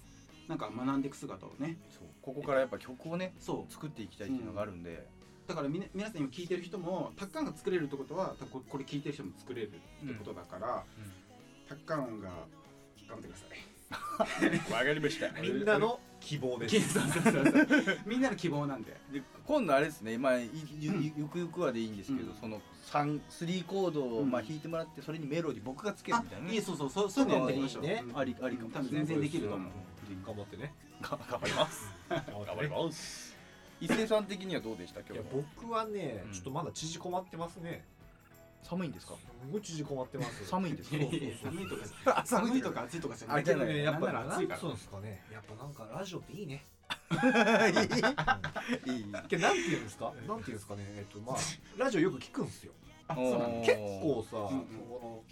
Speaker 3: なんか学んでいく姿をね
Speaker 1: そうここからやっぱ曲をね
Speaker 3: そう
Speaker 1: 作っていきたいっていうのがあるんで、
Speaker 3: だからみな皆さん今聞いてる人もタッカンが作れるってことは多分これこれ聞いてる人も作れるってことだから、タッカンが頑張ってください
Speaker 1: わかりました
Speaker 2: みんなの希望です
Speaker 3: みんなの希望なんで
Speaker 1: で今度あれですね、まあ、いゆゆゆくゆくはでいいんですけど、
Speaker 3: うん
Speaker 1: その3スリーコードを
Speaker 3: うん
Speaker 1: まあ弾いてもらってそれにメロディー僕がつける
Speaker 3: あ
Speaker 1: みたいない
Speaker 3: い
Speaker 1: ね
Speaker 3: そうそうそうそういうのやっていきましょう
Speaker 2: そうね
Speaker 3: うん
Speaker 1: ありありかも
Speaker 3: 多分全然できると思う
Speaker 2: 頑張ってね
Speaker 1: が頑張ります
Speaker 2: 頑張ります
Speaker 1: 一斉さん的にはどうでした今
Speaker 2: い
Speaker 1: 日
Speaker 2: や
Speaker 1: は
Speaker 2: 僕はね、
Speaker 1: うん
Speaker 2: ちょっとまだ縮こまってますね
Speaker 1: 寒いんですか
Speaker 2: すごい縮こまってます
Speaker 1: 寒いんですか
Speaker 3: いやいや寒いとか寒いとか暑いとかじゃな
Speaker 1: あ
Speaker 3: い
Speaker 1: じゃあ
Speaker 2: ね
Speaker 1: ね
Speaker 2: やっぱ
Speaker 3: なんなら暑いから
Speaker 2: そうですかねやっぱなんかラジオっていいね
Speaker 1: いい
Speaker 2: けどなんて言うんですかなんて言うんですかねえっとまあラジオよく聞くんですよ
Speaker 3: あ
Speaker 1: おー
Speaker 3: そうなの
Speaker 1: うん
Speaker 2: 結構さ、
Speaker 3: うんうん
Speaker 2: この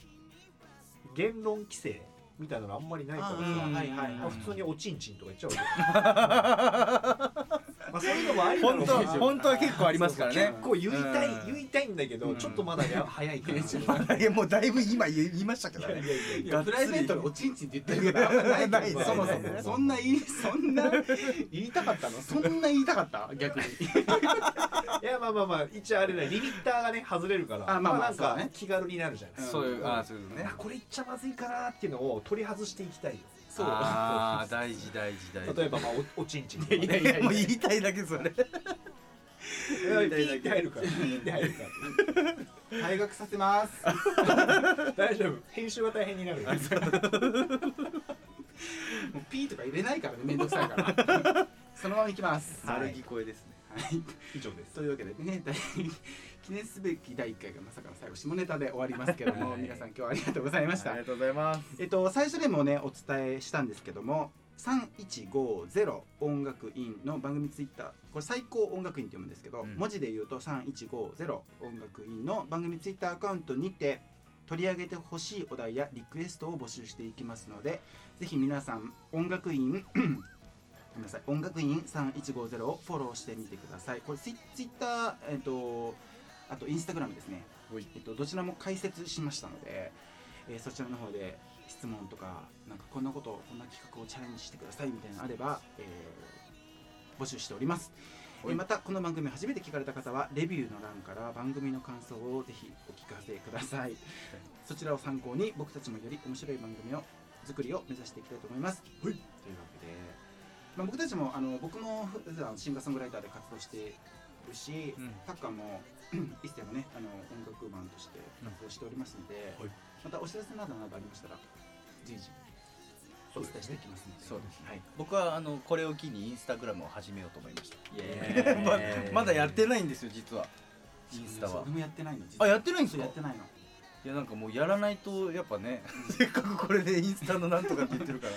Speaker 2: 言論規制みたいなのあんまりないからさ、
Speaker 3: あーはいはい
Speaker 2: ま
Speaker 3: は
Speaker 2: あ、
Speaker 3: い
Speaker 2: 普通におちんちんとか言っちゃうけ どまあそういうのもありだろ
Speaker 1: 本
Speaker 2: う
Speaker 1: 当は
Speaker 2: し
Speaker 1: 本当は結構ありますからね
Speaker 2: 結構言いたい、
Speaker 1: うん
Speaker 2: 言いたいんだけど、
Speaker 3: うん
Speaker 2: ちょっとまだや早 いから、
Speaker 3: ちょっ
Speaker 1: いやもうだいぶ今言い言いましたけどね
Speaker 2: いやいやい
Speaker 3: い
Speaker 2: や
Speaker 3: やプライベートでおちんちんって言ってるから
Speaker 1: ない
Speaker 2: ない
Speaker 3: そもそ
Speaker 2: な
Speaker 3: も
Speaker 2: い
Speaker 3: そんな言いそんな言いたかったのそんな言いたかった逆に
Speaker 2: いやまあまあまあ一応あれだリミッターがね外れるから
Speaker 3: あまあまあ
Speaker 2: なんか、
Speaker 3: そうね
Speaker 2: 気軽になるじゃないですか、
Speaker 1: そういうあーそういうのね
Speaker 2: あこれ言っちゃまずいかなっていうのを取り外していきたいよ
Speaker 3: そう
Speaker 1: ああ大事大事大事
Speaker 2: 例えばまあおおちんちんとか、
Speaker 3: いやい
Speaker 1: いやもう言いたいだけそれ
Speaker 2: いやピーって入るからピーって入るか
Speaker 3: 退学させます
Speaker 2: ら大丈夫編集は大変になるよ
Speaker 3: もうピーとか入れないからねめんどくさいからそのまま行きます
Speaker 1: 悪聞こえですね
Speaker 3: はい
Speaker 2: 以上です
Speaker 3: というわけでね第記念すべき第1回がまさかの最後下ネタで終わりますけども、
Speaker 1: はい
Speaker 3: 皆さん今日はありがとうございました
Speaker 1: ありがとうございます
Speaker 3: えっと、最初でもねお伝えしたんですけども3150音楽院の番組ツイッターこれ最高音楽院って読むんですけど、
Speaker 1: うん
Speaker 3: 文字で言うと3150音楽院の番組ツイッターアカウントにて取り上げてほしいお題やリクエストを募集していきますのでぜひ皆さん音楽院 ごめんなさい音楽院3150をフォローしてみてくださいこれツイツイッター、えっと、あとインスタグラムですね、
Speaker 1: はい
Speaker 3: えっと、どちらも解説しましたので、えーそちらの方で質問とかなんかこんなことこんな企画をチャレンジしてくださいみたいなのあれば、えー募集しております、えーまたこの番組初めて聞かれた方はレビューの欄から番組の感想をぜひお聞かせくださいそちらを参考に僕たちもより面白い番組を作りを目指していきたいと思いますというわけで、まあ、僕たちもあの僕も普段シンガーソングライターで活動しているし、
Speaker 1: うん
Speaker 3: タッカーも 一世もねあの音楽版として活動しておりますので、
Speaker 2: うんはい
Speaker 3: またお知らせなどなどありましたら随時お伝えしていきますので
Speaker 1: そうです
Speaker 3: はい
Speaker 1: 僕はあのこれを機にインスタグラムを始めようと思いました
Speaker 3: イ
Speaker 1: ま
Speaker 2: えー
Speaker 1: まだやってないんですよ実はインスタは
Speaker 3: 俺もやってないの実
Speaker 1: あ
Speaker 3: は
Speaker 1: やってないんです
Speaker 3: そう
Speaker 1: か
Speaker 3: やってないの
Speaker 1: いやなんかもうやらないとやっぱねせっかくこれでインスタのなんとかって言ってるから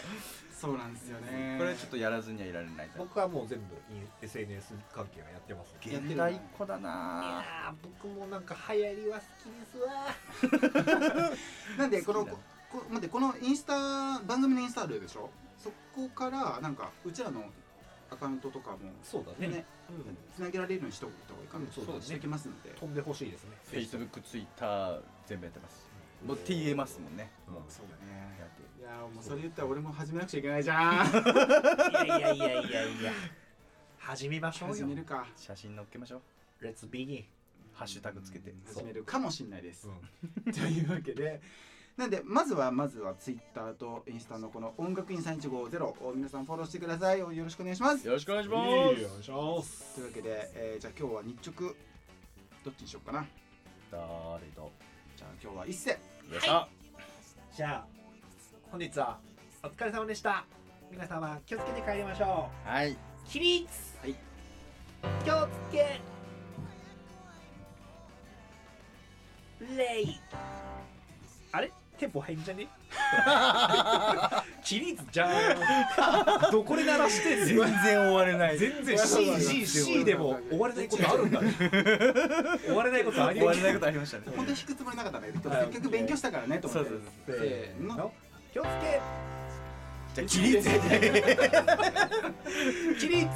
Speaker 3: そうなんですよね
Speaker 1: これはちょっとやらずにはいられない
Speaker 6: 僕はもう全部イン SNS 関係はやってます
Speaker 3: やって
Speaker 1: 現
Speaker 3: る
Speaker 1: 代っ子だなぁ
Speaker 6: ああ僕もなんか流行りは好きですわ
Speaker 3: なんでこの
Speaker 1: 好きだ
Speaker 3: ここ待ってこのインスタ番組のインスタあるでしょそこからなんかうちらのアカウントとかも
Speaker 6: そうだね
Speaker 3: ね
Speaker 6: うん
Speaker 3: つなげられるようにしておいた方がいいかな
Speaker 6: そうだね
Speaker 3: しておきますので
Speaker 6: 飛んでほしいですね
Speaker 1: Facebook、Twitter 全部やってますもう TA ますもんね
Speaker 6: うん
Speaker 3: そうだね
Speaker 1: やってる
Speaker 3: いやーもうそれ言ったら俺も始めなくちゃいけないじゃん
Speaker 2: いやいやいやいやいや始めましょう
Speaker 3: 始
Speaker 2: よ
Speaker 3: めるか
Speaker 1: 写真載っけましょう
Speaker 2: レッツビギン
Speaker 1: ハッシュタグつけて
Speaker 3: 始めるかもしれないです
Speaker 6: うん、
Speaker 3: というわけでなんでまずはまずはツイッターとインスタのこの音楽院3150を皆さんフォローしてくださいよろしくお願いします
Speaker 1: よろしくお願いしま
Speaker 6: いいよじゃあ
Speaker 3: というわけで、えーじゃあ今日は日直どっちにしようかな
Speaker 1: す誰だよ
Speaker 3: じゃあ今日は一世
Speaker 1: っしゃ
Speaker 2: じゃあ本日はお疲れ様でした皆様気をつけて帰りましょ
Speaker 1: はい、
Speaker 2: う起立
Speaker 3: はい
Speaker 2: 気をつけレイあれテンポ変じゃね起立じゃんどこで鳴らしてんねん
Speaker 1: 全然終われない
Speaker 2: 全然
Speaker 3: そうだ
Speaker 2: C
Speaker 3: ね
Speaker 2: C C でも終われないことあるんだね終われないことあり
Speaker 1: 終わ
Speaker 2: ま
Speaker 1: れ
Speaker 2: す
Speaker 1: ないことありましたね
Speaker 3: 本当に引くつもりなかったんだけど結局勉強したからねと思って
Speaker 1: そうそう
Speaker 3: せーの
Speaker 2: 気をつけ
Speaker 1: じゃあ起立
Speaker 2: 起立は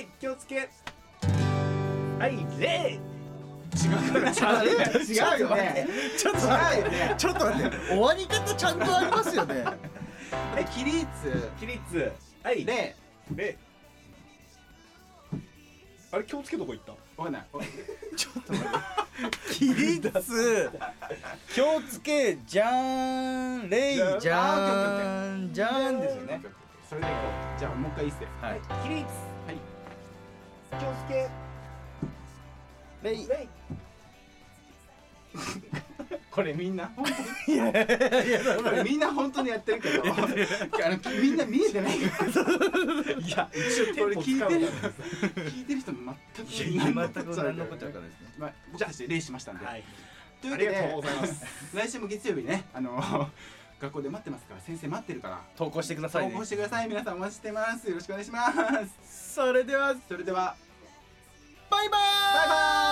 Speaker 2: い気をつけはい礼
Speaker 3: 違うよ
Speaker 1: ち
Speaker 3: ね
Speaker 1: ょっと
Speaker 3: 違
Speaker 1: 待
Speaker 3: うよね
Speaker 1: ってちょっと待って終わり方ちゃんとありますよね
Speaker 3: え起立
Speaker 2: 起立はい
Speaker 3: で
Speaker 2: 礼あれ気をつけどこ行った
Speaker 3: わかんない
Speaker 1: ちょっと待って。起立。気をつけ、じゃーん、レイ、
Speaker 2: じゃーん
Speaker 1: じゃーん、じゃーんですよね。
Speaker 3: それでいこうじゃあもう一回一世
Speaker 1: はい。
Speaker 2: 起立
Speaker 3: はい
Speaker 2: 気をつけ
Speaker 1: レ イ。
Speaker 2: 礼
Speaker 3: これみんな本当にこれみんな本当にやってるけどあのみんな見えてないから
Speaker 2: いや一応テンポ
Speaker 3: これ聞い
Speaker 2: 使う
Speaker 3: てる
Speaker 2: から
Speaker 3: 聞いてる人も全く
Speaker 1: いや、全く
Speaker 3: ない
Speaker 1: 何のことわかんないですね。
Speaker 3: まあ、僕たちで礼しましたんで、
Speaker 2: はい
Speaker 3: というわ
Speaker 2: あ
Speaker 3: け
Speaker 2: り
Speaker 3: で
Speaker 2: がとうございます
Speaker 3: 来週も月曜日ねあの学校で待ってますから先生待ってるから
Speaker 1: 投稿してくださ
Speaker 3: 投
Speaker 1: いね
Speaker 3: 稿。してください皆さんお待ちしてますよろしくお願いします
Speaker 1: それでは、
Speaker 3: それでは
Speaker 1: バイバーイ
Speaker 3: バイバーイ